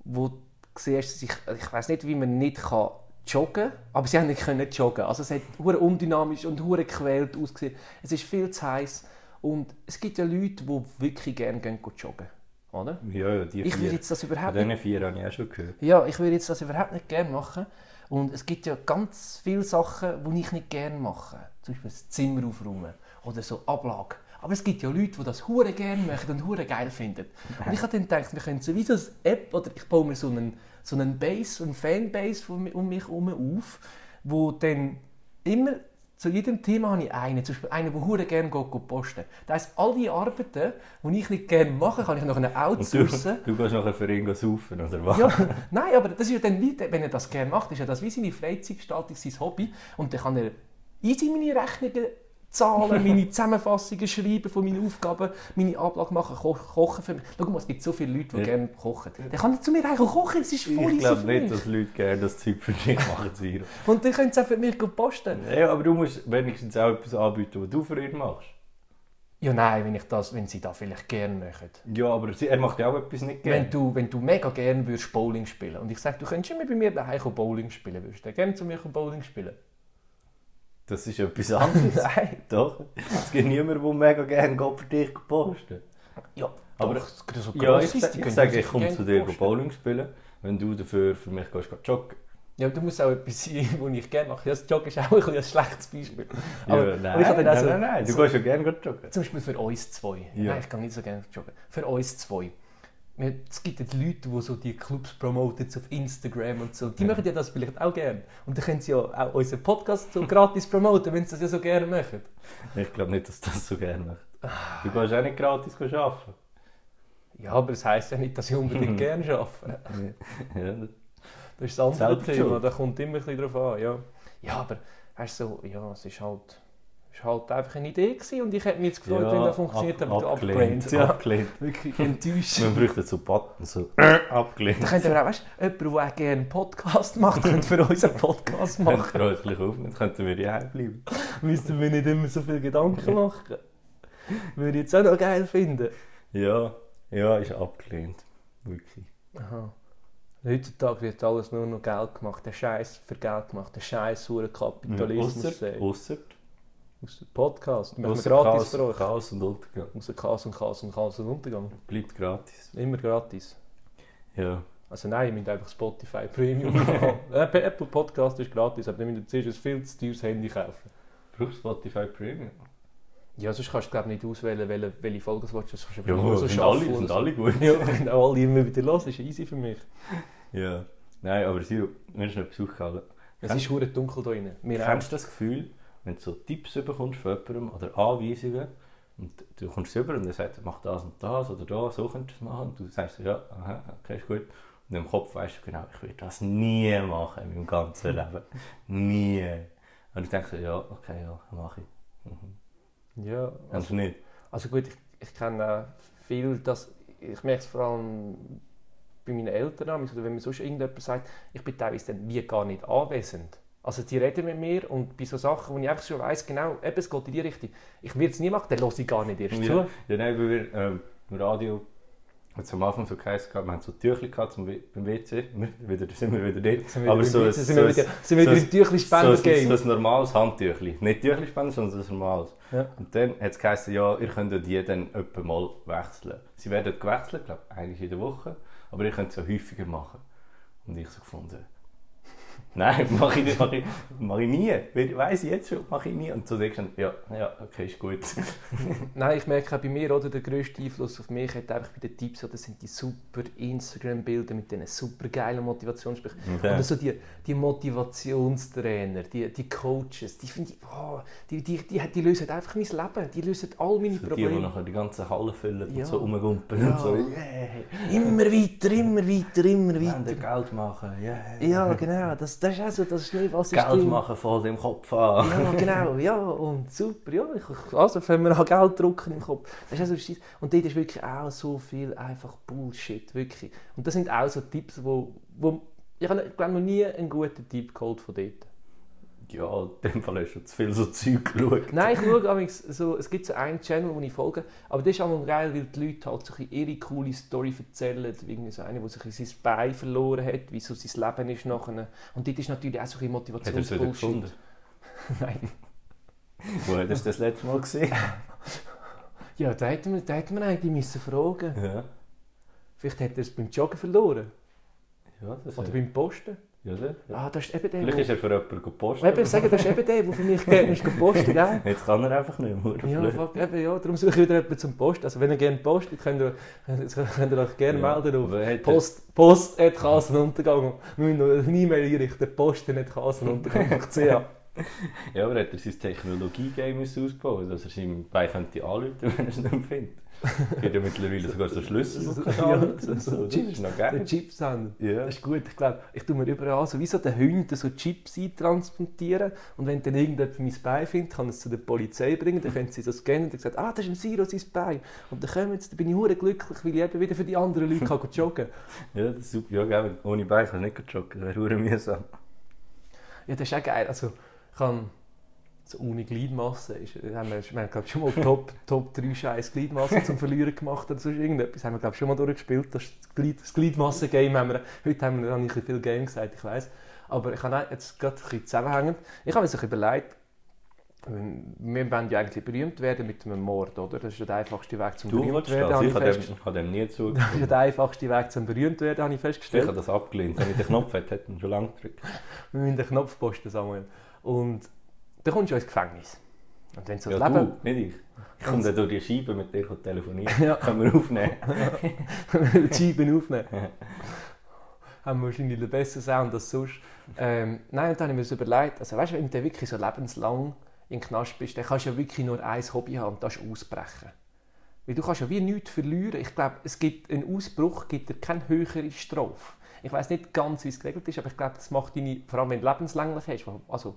Speaker 2: wo du siehst, dass ich, ich weiß nicht, wie man nicht kann joggen kann, aber sie haben nicht können joggen. Also es hat hure undynamisch und hure gequält ausgesehen. Es ist viel zu heiß und es gibt ja Leute, die wirklich gerne gehen joggen, oder?
Speaker 1: Ja, ja, die
Speaker 2: Ich will
Speaker 1: vier.
Speaker 2: jetzt das überhaupt
Speaker 1: Von
Speaker 2: nicht
Speaker 1: diesen vier habe ich auch schon gehört.
Speaker 2: ja, ich würde jetzt das überhaupt nicht gerne machen. Und es gibt ja ganz viele Sachen, die ich nicht gerne mache. Zum Beispiel das Zimmer aufräumen oder so Ablage. Aber es gibt ja Leute, die das hure gerne machen und hure geil finden. Und ich habe dann gedacht, wir können sowieso eine App oder ich baue mir so einen, so einen Base, so eine Fanbase von mi- um mich herum auf, wo dann immer zu jedem Thema habe ich einen. Zum Beispiel einen, der hure gerne geht, geht posten. Das heisst, all die Arbeiten, die ich nicht gerne mache, kann ich nachher
Speaker 1: Und du,
Speaker 2: outsourcen.
Speaker 1: du gehst nachher für ihn saufen, oder was?
Speaker 2: Ja, nein, aber das ist ja dann wie, wenn er das gerne macht, ist ja das wie seine Freizeitgestaltung, sein Hobby. Und dann kann er easy meine Rechnungen zahlen, meine Zusammenfassungen schreiben von meinen Aufgaben, meine Ablage machen, ko kochen für mich. Schau mal, es gibt so viele Leute, die
Speaker 1: Ja.
Speaker 2: gerne kochen. Dann kann er zu mir einfach kochen, es ist voll
Speaker 1: Ich
Speaker 2: easy
Speaker 1: glaube
Speaker 2: für
Speaker 1: nicht,
Speaker 2: mich.
Speaker 1: dass Leute gerne das Zeug für dich machen, Siro.
Speaker 2: Und dann können sie auch für mich posten.
Speaker 1: Ja, aber du musst wenigstens auch etwas anbieten, was du für ihn machst.
Speaker 2: Ja nein, wenn, ich das, wenn sie das vielleicht gerne machen.
Speaker 1: Ja, aber sie- er macht ja auch etwas nicht
Speaker 2: Wenn
Speaker 1: gerne.
Speaker 2: du, wenn du mega gerne würdest Bowling spielen und ich sage, du könntest immer bei mir daheim kommen Bowling spielen, würdest du dann gerne zu mir kommen Bowling spielen?
Speaker 1: Das ist etwas anderes.
Speaker 2: Nein.
Speaker 1: Doch. Es gibt niemanden, der mega gerne geht für dich postet.
Speaker 2: Ja,
Speaker 1: Aber-
Speaker 2: doch, so
Speaker 1: Ja, ich,
Speaker 2: Grosses,
Speaker 1: sag-
Speaker 2: die
Speaker 1: ich
Speaker 2: können
Speaker 1: sage,
Speaker 2: sich
Speaker 1: ich komme
Speaker 2: gerne
Speaker 1: zu dir
Speaker 2: posten.
Speaker 1: Bowling spielen, wenn du dafür für mich gehst, gehst joggen.
Speaker 2: Ja, aber du musst auch etwas sein, was ich gerne mache. Ja, Das Joggen ist auch ein, bisschen ein schlechtes Beispiel. Aber,
Speaker 1: ja, nein,
Speaker 2: aber ich habe dann auch
Speaker 1: nein,
Speaker 2: so-
Speaker 1: nein, nein, du
Speaker 2: so-
Speaker 1: gehst ja gerne gleich joggen.
Speaker 2: Zum Beispiel für uns zwei.
Speaker 1: Ja.
Speaker 2: Nein, ich gehe nicht so gerne joggen. Für uns zwei. Wir- Es gibt jetzt Leute, die so die Clubs promoten so auf Instagram und so. Die machen ja das vielleicht auch gerne. Und dann können sie ja auch unseren Podcast so gratis promoten, wenn sie das ja so gerne machen.
Speaker 1: Ich glaube nicht, dass du das so gerne macht. Du gehst auch nicht gratis arbeiten.
Speaker 2: Ja, aber das heisst ja nicht, dass ich unbedingt gerne arbeite.
Speaker 1: Ja,
Speaker 2: Das ist das andere
Speaker 1: Selbstschuld.
Speaker 2: Thema, da kommt immer ein bisschen drauf an, ja. Ja, aber weißt du, so, ja, es ist halt, es ist halt einfach eine Idee gewesen und ich hätte mich jetzt gefreut, wenn das funktioniert,
Speaker 1: ab-
Speaker 2: aber du
Speaker 1: abgelehnt.
Speaker 2: abgelehnt. Ja.
Speaker 1: abgelehnt.
Speaker 2: Wirklich enttäuscht.
Speaker 1: Man bräuchte so Button, so
Speaker 2: Äh.
Speaker 1: abgelehnt.
Speaker 2: Da könnten wir auch, weißt du, jemand, der auch gerne einen Podcast macht, könnte für uns einen Podcast machen.
Speaker 1: Macht ihr uns gleich auf, dann könnten wir hier bleiben.
Speaker 2: Müssten wir nicht immer so viel Gedanken machen. Würde ich jetzt auch noch geil finden.
Speaker 1: Ja, ja, ist abgelehnt. Wirklich.
Speaker 2: Aha. Heutzutage wird alles nur noch Geld gemacht, der Scheiß für Geld gemacht, der Scheiß hure Kapitalismus.
Speaker 1: Ausser,
Speaker 2: ey.
Speaker 1: ausser,
Speaker 2: Aus dem Podcast, machen wir
Speaker 1: ausser
Speaker 2: gratis
Speaker 1: Chaos,
Speaker 2: für euch.
Speaker 1: Chaos und Untergang.
Speaker 2: Außer Kass und Kass und Kass und Untergang.
Speaker 1: Bleibt gratis.
Speaker 2: Immer gratis.
Speaker 1: Ja.
Speaker 2: Also nein, ihr müsst einfach Spotify Premium haben. Äh, Apple Podcast ist gratis, aber dann müsst ihr zuerst ein viel zu teures Handy kaufen.
Speaker 1: Brauchst Spotify Premium?
Speaker 2: Ja, sonst kannst du glaube nicht auswählen, welche, welche Folgen du willst. Sonst kannst du
Speaker 1: Ja,
Speaker 2: einfach nur so
Speaker 1: sind,
Speaker 2: schaffen
Speaker 1: alle,
Speaker 2: oder
Speaker 1: sind
Speaker 2: so.
Speaker 1: alle gut.
Speaker 2: Ja, wenn auch alle immer wieder los, ist easy für mich.
Speaker 1: Ja. Nein, aber Siro, mir ist noch etwas aufgefallen.
Speaker 2: Es ist hure dunkel da drin. Wir haben
Speaker 1: Kennst du das Gefühl, wenn du so Tipps bekommst von jemandem oder Anweisungen und du kommst sie über und er sagt, mach das und das oder das, so könntest du es machen und du sagst, so, ja, aha, okay, ist gut. Und im Kopf weißt du genau, ich würde das nie machen in meinem ganzen Leben. Nie. Und ich denke so, ja, okay, ja, mache ich.
Speaker 2: ja,
Speaker 1: Kennst du nicht?
Speaker 2: Also gut, ich, ich kenne äh, viel, dass ich merke es vor allem bei meinen Eltern an, oder wenn mir sonst irgendjemand sagt, ich bin teilweise dann wie gar nicht anwesend. Also die reden mit mir und bei so Sachen, wo ich einfach schon weiss, genau, eben, es geht in die Richtung. Ich würde es nie machen, dann höre ich gar nicht erst
Speaker 1: Ja,
Speaker 2: zu.
Speaker 1: ja nein, weil wir ähm, im Radio hat am Anfang so geheißen, gehabt, wir haben so Tüchli gehabt zum, W- beim WC, wir, wieder, sind wir wieder dort.
Speaker 2: Sind wir wieder
Speaker 1: so
Speaker 2: im
Speaker 1: ein-
Speaker 2: Business, sind wir
Speaker 1: so ein-
Speaker 2: wieder, sind wir wieder
Speaker 1: so
Speaker 2: im Tüchli-Spender
Speaker 1: so, ein,
Speaker 2: Game.
Speaker 1: so ein normales Handtüchli. Nicht Tüchli-Spender, sondern so ein normales.
Speaker 2: Ja.
Speaker 1: Und dann hat es geheißen, ja, ihr könnt die dann etwa mal wechseln. Sie werden gewechselt, glaube ich, eigentlich in der Woche, aber ihr könnt es ja häufiger machen. Und ich so gefunden, nein, mache ich, nicht, mache ich, mache ich nie. Weiß ich jetzt schon, mache ich nie. Und so denkst du, ja, ja, okay, ist gut.
Speaker 2: Nein, ich merke auch bei mir, oder, der grösste Einfluss auf mich hat einfach bei den Tipps, oder, sind die super Instagram-Bilder mit diesen super geilen Motivationssprüchen. Oder so die, die Motivationstrainer, die, die Coaches, die finde ich, oh, die, die, die, die lösen einfach mein Leben, die lösen all meine
Speaker 1: So Die, die
Speaker 2: Probleme.
Speaker 1: nachher die ganze Halle füllen
Speaker 2: Ja.
Speaker 1: und so rumgumpen
Speaker 2: Ja.
Speaker 1: und so, yeah,
Speaker 2: Immer weiter, immer weiter, immer
Speaker 1: wenn der
Speaker 2: weiter.
Speaker 1: Geld machen, yeah.
Speaker 2: Ja, genau, das, das ist auch so, das ist nicht, was ist
Speaker 1: Geld machen voll dem Kopf an.
Speaker 2: Ja, genau, ja, und super, ja, ich, also fangen wir an Geld drucken im Kopf. Das ist auch so Scheiss. Und dort ist wirklich auch so viel einfach Bullshit, wirklich. Und das sind auch so Tipps, wo, wo ich habe, glaube noch nie einen guten Tipp geholt von dort.
Speaker 1: Ja, in dem Fall hast du schon zu viel so Zeug geschaut.
Speaker 2: Nein, ich schaue amigs so, es gibt so einen Channel, wo ich folge, aber das ist auch mal geil, weil die Leute halt so ein bisschen ihre coole Story erzählen, wie irgendwie so einer, der sich sein Bein verloren hat, wie so sein Leben ist nachher. Und dort ist natürlich auch so ein bisschen
Speaker 1: Hat er es wieder
Speaker 2: Motivationsbullshit.
Speaker 1: gefunden?
Speaker 2: Nein.
Speaker 1: Wo hat er es das letzte Mal gesehen?
Speaker 2: Ja, da hätten wir, da hätten wir eigentlich müssen fragen
Speaker 1: Ja,
Speaker 2: Vielleicht hat er es beim Joggen verloren.
Speaker 1: ja das
Speaker 2: Oder
Speaker 1: hat-
Speaker 2: beim Posten.
Speaker 1: Ja, sicher.
Speaker 2: Ah, das ist eben der,
Speaker 1: Vielleicht ist
Speaker 2: der...
Speaker 1: er für jemanden gepostet.
Speaker 2: Eben, ich sage, das ist eben der, der für mich gerne ist gepostet, gell?
Speaker 1: Jetzt kann er einfach nicht mehr.
Speaker 2: Ja, fuck, eben, ja, darum suche ich wieder jemanden zum Posten. Also wenn ihr gerne postet, könnt ihr, könnt ihr euch gerne melden auf
Speaker 1: Wer hat
Speaker 2: Post, Post at Kasenuntergang. Wir müssen noch eine E-Mail einrichten, posten at kasenuntergang.ch.
Speaker 1: er- Ja, aber hat er sein Technologie-Game müssen ausbauen dass er seinem Bein könnte anrufen, wenn er es nicht mehr findet. Es gibt ja mittlerweile sogar so Schlüssel, die du kannst
Speaker 2: Ja,
Speaker 1: anrufen
Speaker 2: so-
Speaker 1: und
Speaker 2: so
Speaker 1: so. Das
Speaker 2: Chips.
Speaker 1: ist noch
Speaker 2: Der
Speaker 1: geil.
Speaker 2: Chipshandel.
Speaker 1: Ja.
Speaker 2: Das ist gut, ich glaube, ich tue mir überall so, wie so den Hunden so Chips eintransplantieren und wenn dann irgendjemand mein Bein findet, kann es zu der Polizei bringen, dann können sie so scannen und dann sagen, ah, das ist ein Siro, sein Bein. Und dann kommen sie, dann bin ich hure glücklich, weil ich eben wieder für die anderen Leute kann joggen kann.
Speaker 1: Ja, das ist super. Ja, gell, ohne Bein kannst du nicht joggen, das wäre verdammt mühsam.
Speaker 2: Ja, das ist auch geil, also ich kann so ohne Gliedmasse, ist, haben wir, wir haben glaube schon mal Top, Top 3 Scheiß Gliedmasse zum Verlieren gemacht oder sonst irgendetwas, haben wir glaube schon mal durchgespielt, das, Glied, das Gliedmasse-Game haben wir, heute haben wir noch nicht viel Game gesagt, ich weiß aber ich habe auch jetzt gerade ein bisschen zusammenhängend, ich habe mir so ein bisschen überlegt, wir wollen ja eigentlich berühmt werden mit einem Mord, oder? Das ist ja der einfachste Weg zum
Speaker 1: Du
Speaker 2: berühmt
Speaker 1: wolltest
Speaker 2: werden,
Speaker 1: das,
Speaker 2: habe ich
Speaker 1: ich habe
Speaker 2: festgestellt.
Speaker 1: dem, hab dem nie
Speaker 2: Das ist ja
Speaker 1: zugeschaut.
Speaker 2: der einfachste Weg zum berühmt werden, habe ich
Speaker 1: Ich
Speaker 2: festgestellt.
Speaker 1: habe das abgelehnt, wenn ich den Knopf hätte, hätte ich ihn schon lange gedrückt.
Speaker 2: Wir müssen den Knopf posten, Samuel. Und dann kommst du ins Gefängnis. Und wenn so das
Speaker 1: Ja,
Speaker 2: Leben...
Speaker 1: du, nicht ich. Ich komme dann durch die Scheibe mit dir telefonieren.
Speaker 2: Ja.
Speaker 1: Können wir aufnehmen.
Speaker 2: die Scheiben aufnehmen. Haben wir wahrscheinlich den besseren Sound als sonst. Ähm, nein, und dann habe ich mir so überlegt, also weißt du, wenn du wirklich so lebenslang im Knast bist, dann kannst du ja wirklich nur ein Hobby haben und das ist ausbrechen. Weil du kannst ja wie nichts verlieren. Ich glaube, es gibt einen Ausbruch, gibt dir keine höhere Strafe. Ich weiß nicht ganz, wie es geregelt ist, aber ich glaube, das macht deine, vor allem wenn du lebenslänglich hast, also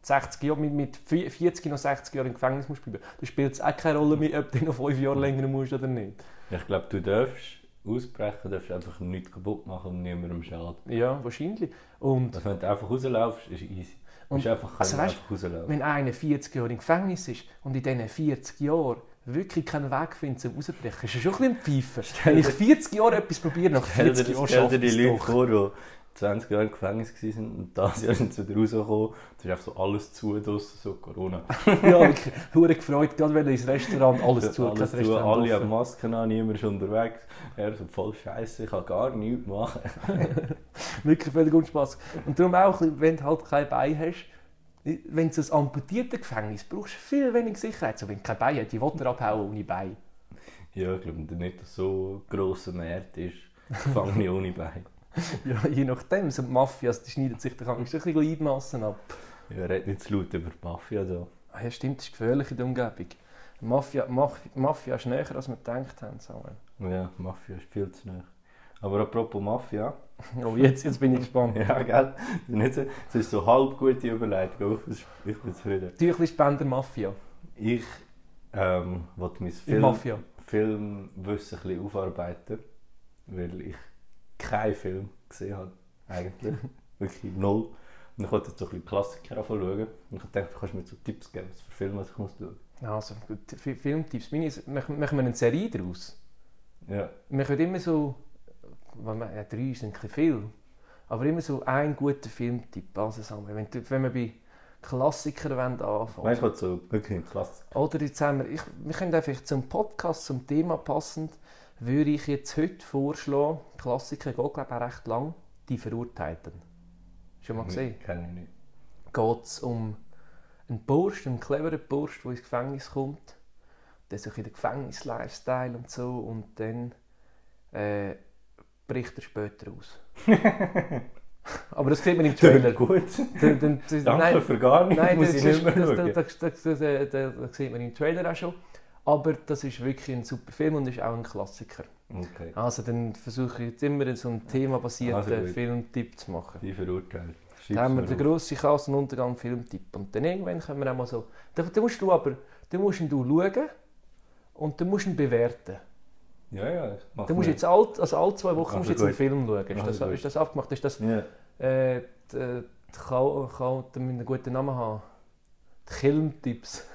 Speaker 2: 60 Jahre, mit, mit 40 noch 60 Jahre im Gefängnis musst bleiben, da spielt es auch keine Rolle mehr, ob du noch 5 Jahre länger musst oder nicht.
Speaker 1: Ich glaube, du darfst ausbrechen, darfst einfach nichts kaputt machen und niemandem schaden.
Speaker 2: Ja, wahrscheinlich. Und
Speaker 1: Also, wenn du einfach rauslaufst, ist easy. Du musst
Speaker 2: Und-
Speaker 1: einfach,
Speaker 2: also
Speaker 1: können,
Speaker 2: weißt-
Speaker 1: einfach rauslaufen.
Speaker 2: wenn einer 40 Jahre im Gefängnis ist und in diesen 40 Jahren wirklich keinen Weg findet, um rauszubrechen, ist er schon ein bisschen pfeifer. Wenn ich 40 Jahre etwas probiere, nach
Speaker 1: Stell
Speaker 2: 40
Speaker 1: dir,
Speaker 2: Jahren
Speaker 1: stell dir
Speaker 2: schaffe ich
Speaker 1: die
Speaker 2: es
Speaker 1: Leute
Speaker 2: doch.
Speaker 1: vor, die 20 Jahre im Gefängnis waren und das Jahr sind sie wieder rausgekommen. Es ist einfach so alles zu draussen, so Corona.
Speaker 2: Ja, wirklich. Hure gefreut, gerade wenn er ins Restaurant alles zu,
Speaker 1: alles
Speaker 2: kein
Speaker 1: zu
Speaker 2: Restaurant
Speaker 1: alle haben
Speaker 2: offen.
Speaker 1: Masken an, niemand ist unterwegs. Er so voll scheiße, ich kann gar nichts machen.
Speaker 2: Wirklich völlig Spaß. Und darum auch, ein bisschen, wenn du halt kein Bein hast, wenn du ein amputiertes Gefängnis brauchst, du viel weniger Sicherheit. So, wenn du kein Bein hast, die will er abhauen ohne Bein.
Speaker 1: Ja, ich glaube nicht, dass so grosser Markt ist. Gefangene ohne Bein.
Speaker 2: Ja, je nachdem, so die Mafias, die schneiden sich da ein bisschen Gliedmassen ab.
Speaker 1: Ja, redet nicht zu laut über die Mafia da.
Speaker 2: Ah ja, stimmt, das ist gefährlich in der Umgebung. Mafia, Mafia, Mafia ist näher, als wir gedacht haben. Samuel.
Speaker 1: Ja, Mafia ist viel zu nah. Aber Ah, apropos Mafia.
Speaker 2: Oh, jetzt, jetzt bin ich gespannt.
Speaker 1: Ja, gell? Nicht so, es ist so halb gute Überleitung. aber Ich bin- ich bin zufrieden.
Speaker 2: Tüchli Spender Mafia.
Speaker 1: Ich ähm, wollte mein
Speaker 2: In
Speaker 1: Film,
Speaker 2: Mafia.
Speaker 1: Filmwissen ein bisschen aufarbeiten, weil ich keinen Film gesehen habe. Eigentlich. Wirklich null. Und ich wollte jetzt so ein bisschen Klassiker anfangen schauen. Und ich dachte, du kannst mir so Tipps geben, was für Filme ich muss schauen.
Speaker 2: Also, gut, Fi- Filmtipps. Meine, ist- machen machen wir eine Serie daraus?
Speaker 1: Ja.
Speaker 2: Wir können immer so. wenn wir- Ja, drei sind ein bisschen viel. Aber immer so ein guter Filmtipp. Also, Samuel, wenn, du- wenn wir bei Klassikern wollen anfangen
Speaker 1: Weißt du, was so wirklich ein Klassiker.
Speaker 2: Oder jetzt haben wir, ich, wir können einfach zum Podcast, zum Thema passend, würde ich jetzt heute vorschlagen, Klassiker geht glaube ich auch recht lang, die Verurteilten. Schon
Speaker 1: Mhm.
Speaker 2: mal gesehen?
Speaker 1: Kenne ich nicht.
Speaker 2: Geht es um einen Bursch, einen cleveren Bursch, der ins Gefängnis kommt, der so in den Gefängnis-Lifestyle und so und dann äh, bricht er später aus. Aber das sieht man im Trailer.
Speaker 1: gut.
Speaker 2: Dann- dann- dann-
Speaker 1: Danke
Speaker 2: nein,
Speaker 1: für gar nichts,
Speaker 2: Nein,
Speaker 1: muss
Speaker 2: das,
Speaker 1: ich
Speaker 2: ist,
Speaker 1: nicht
Speaker 2: das,
Speaker 1: mehr
Speaker 2: das,
Speaker 1: schauen.
Speaker 2: das, das, das, das, äh, das, das sieht man im Trailer auch schon. Aber das ist wirklich ein super Film und ist auch ein Klassiker.
Speaker 1: Okay,
Speaker 2: Also dann versuche ich jetzt immer so einen themenbasierten
Speaker 1: Also gut.
Speaker 2: Filmtipp zu machen.
Speaker 1: die verurteilt. Schreib's
Speaker 2: Dann haben wir
Speaker 1: mir
Speaker 2: den
Speaker 1: auf.
Speaker 2: grossen Kassenuntergang Filmtipp. Und dann irgendwann können wir auch mal so... Dann, dann musst du aber dann musst ihn du schauen und dann musst du ihn bewerten.
Speaker 1: Ja, ja, ich mach
Speaker 2: Dann musst du
Speaker 1: mit.
Speaker 2: jetzt all, also alle zwei
Speaker 1: Also
Speaker 2: Wochen musst du jetzt
Speaker 1: gut.
Speaker 2: einen Film schauen. Ist,
Speaker 1: Also
Speaker 2: das,
Speaker 1: gut.
Speaker 2: ist das abgemacht? Ist das...
Speaker 1: Ja.
Speaker 2: Äh, die, äh, die Kau- Kau- die müssen einen guten Namen haben. Die Filmtipps.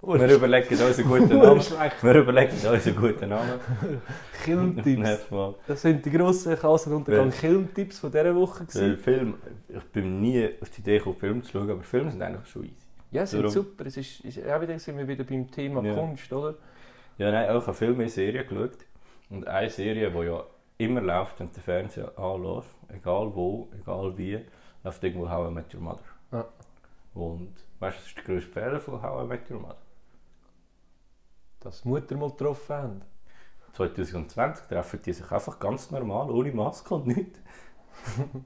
Speaker 2: Oh,
Speaker 1: Wir überlegen uns einen guten Namen. Wir überlegen uns einen guten Namen.
Speaker 2: Filmtipps.
Speaker 1: Nächstes Mal.
Speaker 2: Das sind die grossen Kassenuntergang Filmtipps von dieser Woche.
Speaker 1: Weil
Speaker 2: Gewesen.
Speaker 1: Film, ich bin nie auf die Idee gekommen, Filme zu schauen, aber Filme sind eigentlich schon easy.
Speaker 2: Ja, sind
Speaker 1: Darum-
Speaker 2: super. Es ist, ist, auch wieder sind wir wieder beim Thema
Speaker 1: Ja.
Speaker 2: Kunst, oder?
Speaker 1: Ja, nein, auch ich habe viel mehr Serien geschaut. Und eine Serie, die ja immer läuft, wenn der Fernseher anläuft, egal wo, egal wie, läuft irgendwo How I Met Your Mother.
Speaker 2: Ja.
Speaker 1: Und weißt du, was ist der grösste Fehler von How I Met Your Mother?
Speaker 2: Dass die Mutter mal getroffen haben.
Speaker 1: 2020 treffen die sich einfach ganz normal, ohne Maske und nichts.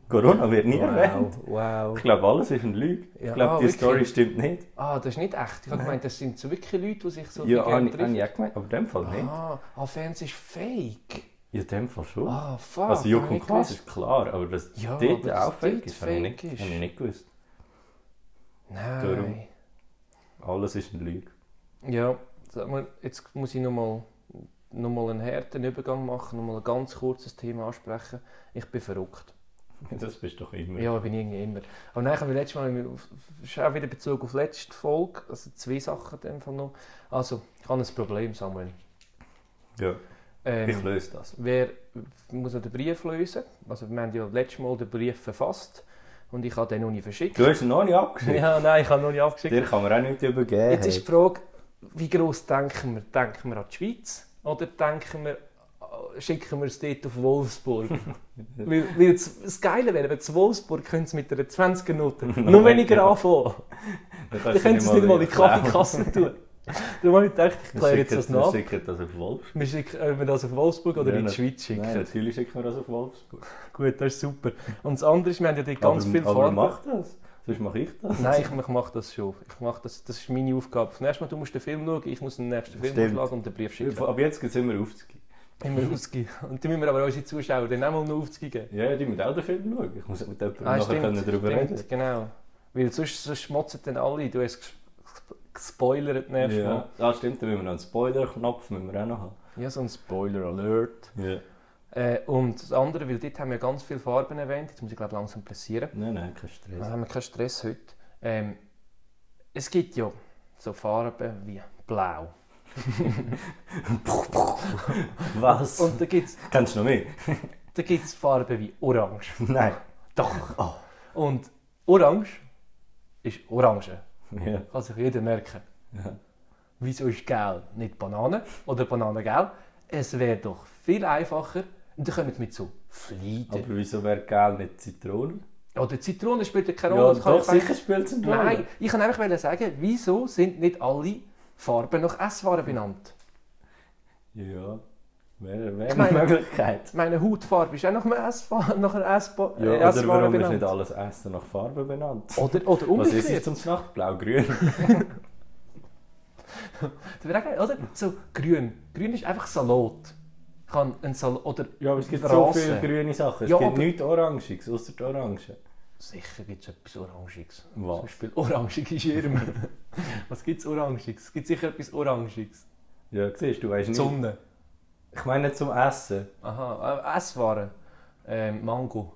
Speaker 1: Corona wird nie erwähnt.
Speaker 2: wow.
Speaker 1: Ich glaube, alles ist eine Lüge.
Speaker 2: Ja,
Speaker 1: ich glaube,
Speaker 2: ah,
Speaker 1: die
Speaker 2: wirklich?
Speaker 1: Story stimmt nicht.
Speaker 2: Ah, das ist nicht echt. Ich habe gemeint, das sind so wirklich Leute, die sich so
Speaker 1: Ja, habe
Speaker 2: gerne
Speaker 1: ich habe ich auch gemeint, aber in dem Fall nicht.
Speaker 2: Ah, ah, Fans ist fake.
Speaker 1: Ja, in dem Fall schon.
Speaker 2: Ah, fuck.
Speaker 1: also
Speaker 2: hab
Speaker 1: Juck
Speaker 2: ich
Speaker 1: und Klaas
Speaker 2: gewusst.
Speaker 1: ist klar, aber dass
Speaker 2: Ja,
Speaker 1: dort
Speaker 2: aber dass
Speaker 1: auch fake
Speaker 2: dort
Speaker 1: ist, habe ich, nicht,
Speaker 2: fake ist.
Speaker 1: habe ich nicht gewusst.
Speaker 2: Nein.
Speaker 1: Darum. Alles ist eine Lüge.
Speaker 2: Ja, sag mal, jetzt muss ich nochmal noch mal einen harten Übergang machen, nochmal ein ganz kurzes Thema ansprechen. Ich bin verrückt.
Speaker 1: Das bist doch immer.
Speaker 2: Ja, ich bin irgendwie immer. Aber nein, ich habe letztes Mal, das ist auch wieder Bezug auf die letzte Folge, also zwei Sachen in dem Fall noch. Also, ich habe ein Problem, Samuel.
Speaker 1: Ja,
Speaker 2: Ähm,
Speaker 1: ich löse das.
Speaker 2: Wer muss noch den Brief lösen? Also wir haben ja letztes Mal den Brief verfasst und ich habe den noch nicht verschickt.
Speaker 1: Du hast ihn noch nicht abgeschickt.
Speaker 2: Ja, nein, ich habe noch nicht abgeschickt.
Speaker 1: Dir kann man auch nicht übergeben.
Speaker 2: Jetzt ist die Frage, wie gross denken wir? Denken wir an die Schweiz oder denken wir, äh, schicken wir es dort auf Wolfsburg? weil weil das, das Geile wäre, wenn zu Wolfsburg können sie mit einer 20er-Note noch weniger
Speaker 1: ja.
Speaker 2: anfangen.
Speaker 1: dann
Speaker 2: Dann können sie es nicht mal in die Kaffeekasse tun. Darum habe ich gedacht, ich kläre jetzt das
Speaker 1: noch.
Speaker 2: nach.
Speaker 1: Schicken das auf Wolfsburg.
Speaker 2: Wir schicken, ob wir das auf Wolfsburg oder in die Schweiz schicken.
Speaker 1: Nein, natürlich schicken wir das auf Wolfsburg.
Speaker 2: Gut, das ist super. Und das andere ist, wir haben ja dort ganz
Speaker 1: aber,
Speaker 2: viele
Speaker 1: aber
Speaker 2: Farben.
Speaker 1: mach das. Sonst mache ich das.
Speaker 2: Nein, ich, ich mache das schon. Ich mache das, das ist meine Aufgabe. Das nächste Mal, du musst den Film schauen, ich muss den nächsten Film
Speaker 1: Stimmt.
Speaker 2: schlagen und den Brief schicken.
Speaker 1: Ab jetzt geht es immer aufzugehen.
Speaker 2: Immer ausgeben. Und dann müssen wir aber unsere Zuschauer dann auch mal noch aufgeben.
Speaker 1: Ja, die müssen auch den Film schauen. Ich muss mit jemandem
Speaker 2: Ah,
Speaker 1: nachher können darüber reden.
Speaker 2: genau. Weil sonst, sonst schmotzen dann alle, du hast ges- ges- gespoilert das nächste Mal.
Speaker 1: Ja. Ah, stimmt, da müssen wir noch einen Spoiler-Knopf müssen wir auch noch haben.
Speaker 2: Ja, so ein Spoiler Alert.
Speaker 1: Ja.
Speaker 2: Äh, und das andere, weil dort haben wir ganz viele Farben erwähnt, jetzt muss ich glaube langsam pressieren.
Speaker 1: Nein, nein, kein Stress.
Speaker 2: Dann haben wir keinen Stress heute. Ähm, es gibt ja so Farben wie Blau.
Speaker 1: Was?
Speaker 2: Und da gibt es
Speaker 1: Kennst du noch mehr?
Speaker 2: da gibt's Farben wie Orange.
Speaker 1: Nein.
Speaker 2: Doch.
Speaker 1: Oh.
Speaker 2: Und Orange ist Orange.
Speaker 1: Ja.
Speaker 2: Kann sich jeder merken.
Speaker 1: Ja.
Speaker 2: Wieso ist gelb nicht Banane oder Banane gelb? Es wäre doch viel einfacher. Und dann kommen wir mit so
Speaker 1: Aber
Speaker 2: Fliegen.
Speaker 1: wieso wäre gelb nicht Zitrone?
Speaker 2: Oder Zitrone spielt ja keine Rolle.
Speaker 1: Ja,
Speaker 2: das kann
Speaker 1: doch,
Speaker 2: ich sagen.
Speaker 1: sicher spielt es eine Rolle.
Speaker 2: Nein, ich kann einfach wollen sagen, wieso sind nicht alle Farben nach Esswaren benannt?
Speaker 1: Ja, wäre, wäre
Speaker 2: meine-
Speaker 1: eine Möglichkeit.
Speaker 2: Meine Hautfarbe ist auch nach einer Essware, nach einer Essba
Speaker 1: Ja,
Speaker 2: äh,
Speaker 1: oder
Speaker 2: Essware
Speaker 1: warum ist
Speaker 2: benannt.
Speaker 1: nicht alles Essen nach Farbe benannt?
Speaker 2: Oder, oder
Speaker 1: Was ist es
Speaker 2: umgekehrt.
Speaker 1: zum Nacht? Blau-grün?
Speaker 2: Das wäre auch geil, Oder so grün. Grün ist einfach Salat. Ich kann ein Salat oder
Speaker 1: Ja, aber es gibt so
Speaker 2: Rasen.
Speaker 1: viele grüne Sachen. Es
Speaker 2: Ja,
Speaker 1: gibt
Speaker 2: aber-
Speaker 1: nichts Orangiges, außer die Orangen.
Speaker 2: Sicher gibt es etwas Orangiges.
Speaker 1: Was?
Speaker 2: Zum Beispiel orangige Schirme. Was gibt es Orangiges? Es gibt sicher etwas Orangiges.
Speaker 1: Ja, siehst du, weißt
Speaker 2: Die
Speaker 1: nicht.
Speaker 2: Sonne.
Speaker 1: Ich meine nicht zum Essen.
Speaker 2: Aha, äh, Esswaren. Ähm, Mango.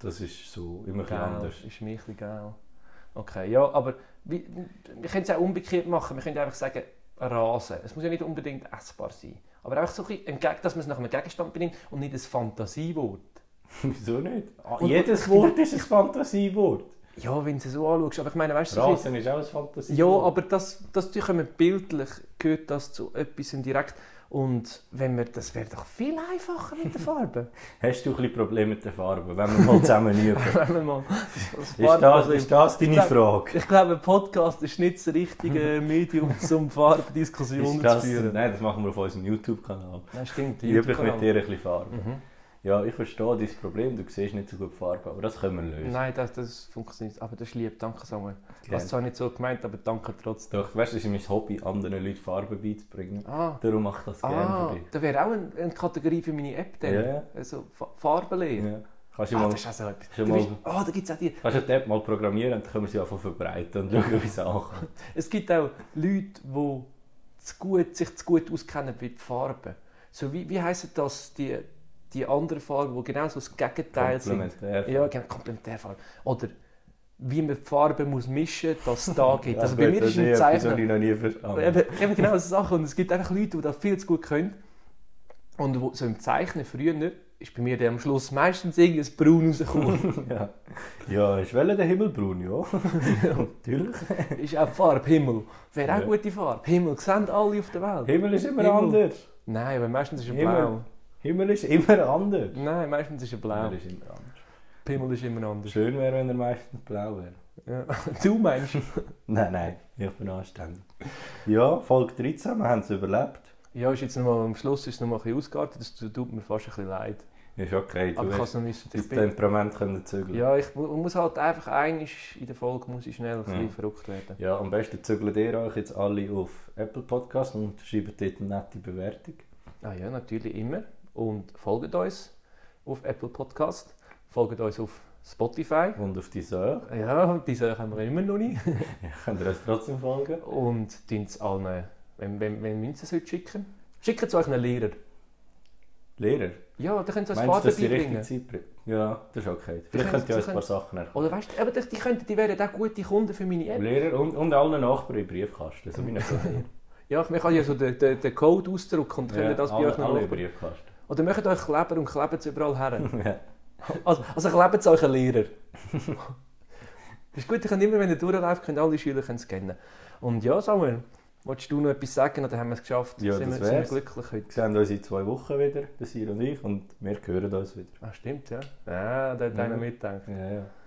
Speaker 1: Das ist so immer ein bisschen
Speaker 2: Gell,
Speaker 1: anders.
Speaker 2: Ist mir ein bisschen geil. Okay, ja, aber wir, wir können es auch umgekehrt machen. Wir können einfach sagen, Rasen. Es muss ja nicht unbedingt essbar sein. Aber einfach so ein bisschen, entgegen- dass man es nach einem Gegenstand benimmt und nicht ein Fantasiewort.
Speaker 1: Wieso nicht?
Speaker 2: und-
Speaker 1: Jedes Wort ist ein Fantasiewort.
Speaker 2: Ja, wenn du es so anschaust. Aber ich meine, weißt du, so ein bisschen-
Speaker 1: Rasen ist auch ein
Speaker 2: ja,
Speaker 1: Fantasiewort.
Speaker 2: aber das, das tue ich immer bildlich, gehört das zu etwas im Direkt. Und wenn wir, das wäre doch viel einfacher mit den Farben.
Speaker 1: Hast du ein bisschen Probleme mit den Farben, wenn wir mal zusammen üben?
Speaker 2: wenn wir mal das
Speaker 1: ist, das,
Speaker 2: Farbenproblem-
Speaker 1: ist das deine
Speaker 2: Nein.
Speaker 1: Frage?
Speaker 2: Ich glaube, ein Podcast ist nicht das richtige Medium, um Farbendiskussionen
Speaker 1: Ist
Speaker 2: zu
Speaker 1: das,
Speaker 2: führen.
Speaker 1: nein, das machen wir auf unserem YouTube-Kanal.
Speaker 2: Nein, stimmt. Mhm.
Speaker 1: Übe ich mit
Speaker 2: YouTube-Kanal.
Speaker 1: dir ein bisschen Farbe. Ja, ich verstehe dein Problem, du siehst nicht so gut Farbe, aber das können wir lösen.
Speaker 2: Nein, das, das funktioniert. Aber das ist lieb. Danke, Samuel. Ich
Speaker 1: Mhm. Gerne.
Speaker 2: habe es zwar nicht so gemeint, aber danke trotzdem.
Speaker 1: Doch, weißt du, das ist mein Hobby, anderen Leuten Farbe beizubringen.
Speaker 2: Ah,
Speaker 1: Darum mache ich das gerne
Speaker 2: ah
Speaker 1: für dich.
Speaker 2: da wäre auch ein- eine Kategorie für meine App dann.
Speaker 1: Ja.
Speaker 2: Also Fa- Farben lernen.
Speaker 1: Ja. Kannst du
Speaker 2: Ah,
Speaker 1: mal,
Speaker 2: das ist auch so etwas.
Speaker 1: schon
Speaker 2: Du bist,
Speaker 1: mal-
Speaker 2: ah, da gibt es auch die.
Speaker 1: kannst du die App mal programmieren und dann können wir sie einfach verbreiten und schauen, wie es ankommt.
Speaker 2: Es gibt auch Leute, die zu gut, sich zu gut auskennen bei den Farben. So, wie, wie heissen das, die, die anderen Farben, die genau so das Gegenteil sind?
Speaker 1: Komplementär.
Speaker 2: Ja, genau, Komplementärfarbe. Oder wie man die Farben muss mischen muss, dass es da gibt. also bei
Speaker 1: gut,
Speaker 2: mir
Speaker 1: das
Speaker 2: ist ein
Speaker 1: etwas, was
Speaker 2: Zeichen.
Speaker 1: ich noch nie verstanden
Speaker 2: Eben, eben genau so Sachen. Und es gibt einfach Leute, die das viel zu gut können. Und wo, so im Zeichnen früher ist bei mir dann am Schluss meistens irgendein Braun rausgekommen.
Speaker 1: habe. Ja. ja, ist welcher der Himmelbraun, ja? Natürlich.
Speaker 2: ist auch die Farbe Himmel. Wäre auch
Speaker 1: Ja.
Speaker 2: eine gute Farbe. Himmel sehen alle auf der Welt.
Speaker 1: Himmel ist immer
Speaker 2: Himmel.
Speaker 1: anders.
Speaker 2: Nein, aber meistens ist er
Speaker 1: Himmel.
Speaker 2: blau.
Speaker 1: Himmel ist immer anders.
Speaker 2: Nein, meistens ist er blau.
Speaker 1: Himmel ist immer anders.
Speaker 2: Pimmel ist immer anders.
Speaker 1: Schön wäre, wenn er meistens blau wäre.
Speaker 2: Ja. Du meinst?
Speaker 1: Nein, nein, ich bin anständig. Ja, Folge 13, wir haben es überlebt.
Speaker 2: Ja, ist jetzt noch mal, am Schluss ist es noch mal ein bisschen ausgeartet. Das tut mir fast ein bisschen leid.
Speaker 1: Ist okay,
Speaker 2: Aber
Speaker 1: du
Speaker 2: ich kann es
Speaker 1: hast
Speaker 2: noch müssen
Speaker 1: das
Speaker 2: verbinden.
Speaker 1: Temperament können zügeln.
Speaker 2: Ja, ich mu- muss halt einfach einmal in der Folge muss ich schnell ein bisschen
Speaker 1: Ja.
Speaker 2: verrückt werden.
Speaker 1: Ja, am besten zügelt ihr euch jetzt alle auf Apple Podcast und schreibt dort eine nette Bewertung.
Speaker 2: Ah ja, natürlich immer. Und folgt uns auf Apple Podcast. Folgt uns auf Spotify.
Speaker 1: Und auf die Sache.
Speaker 2: Ja, die Sachen haben wir immer noch nicht.
Speaker 1: Könnt ihr uns trotzdem folgen?
Speaker 2: Und tun es allen. Wenn, wenn, wenn müssen sie es heute schicken? Schickt es euch einen Lehrer.
Speaker 1: Lehrer,
Speaker 2: Ja, dann können sie uns
Speaker 1: meinst du,
Speaker 2: Farben
Speaker 1: dass die richtige
Speaker 2: beibringen.
Speaker 1: Zeit bringt? Ja, das ist okay.
Speaker 2: können-
Speaker 1: Vielleicht könnt ihr
Speaker 2: sie
Speaker 1: uns ein paar
Speaker 2: können-
Speaker 1: Sachen erklären.
Speaker 2: Oder weißt du, aber die, die, könnten, die wären auch gute Kunden für meine App.
Speaker 1: Lehrer und, und allen Nachbarn im Briefkasten. So wie ein Kurier.
Speaker 2: Ja, man kann ja so den, den, den Code ausdrucken und können
Speaker 1: Ja,
Speaker 2: das bei
Speaker 1: alle,
Speaker 2: euch noch
Speaker 1: alle im
Speaker 2: nachbringen.
Speaker 1: Briefkasten.
Speaker 2: Oder macht euch Kleber und klebt es überall her.
Speaker 1: ja.
Speaker 2: Also, also klebt es euch ein Lehrer. das ist gut, ihr könnt immer, wenn ihr durchläuft, könnt alle Schüler können scannen. Und ja, Samuel, willst du noch etwas sagen oder haben wir es geschafft?
Speaker 1: Ja,
Speaker 2: sind,
Speaker 1: das
Speaker 2: wir, sind wir
Speaker 1: wär's.
Speaker 2: glücklich heute?
Speaker 1: Wir sehen uns in zwei Wochen wieder, das ihr und ich, und wir hören uns wieder.
Speaker 2: Ah, stimmt, ja. Ja, da hat
Speaker 1: Ja.
Speaker 2: einer mitgedacht.
Speaker 1: Ja, ja.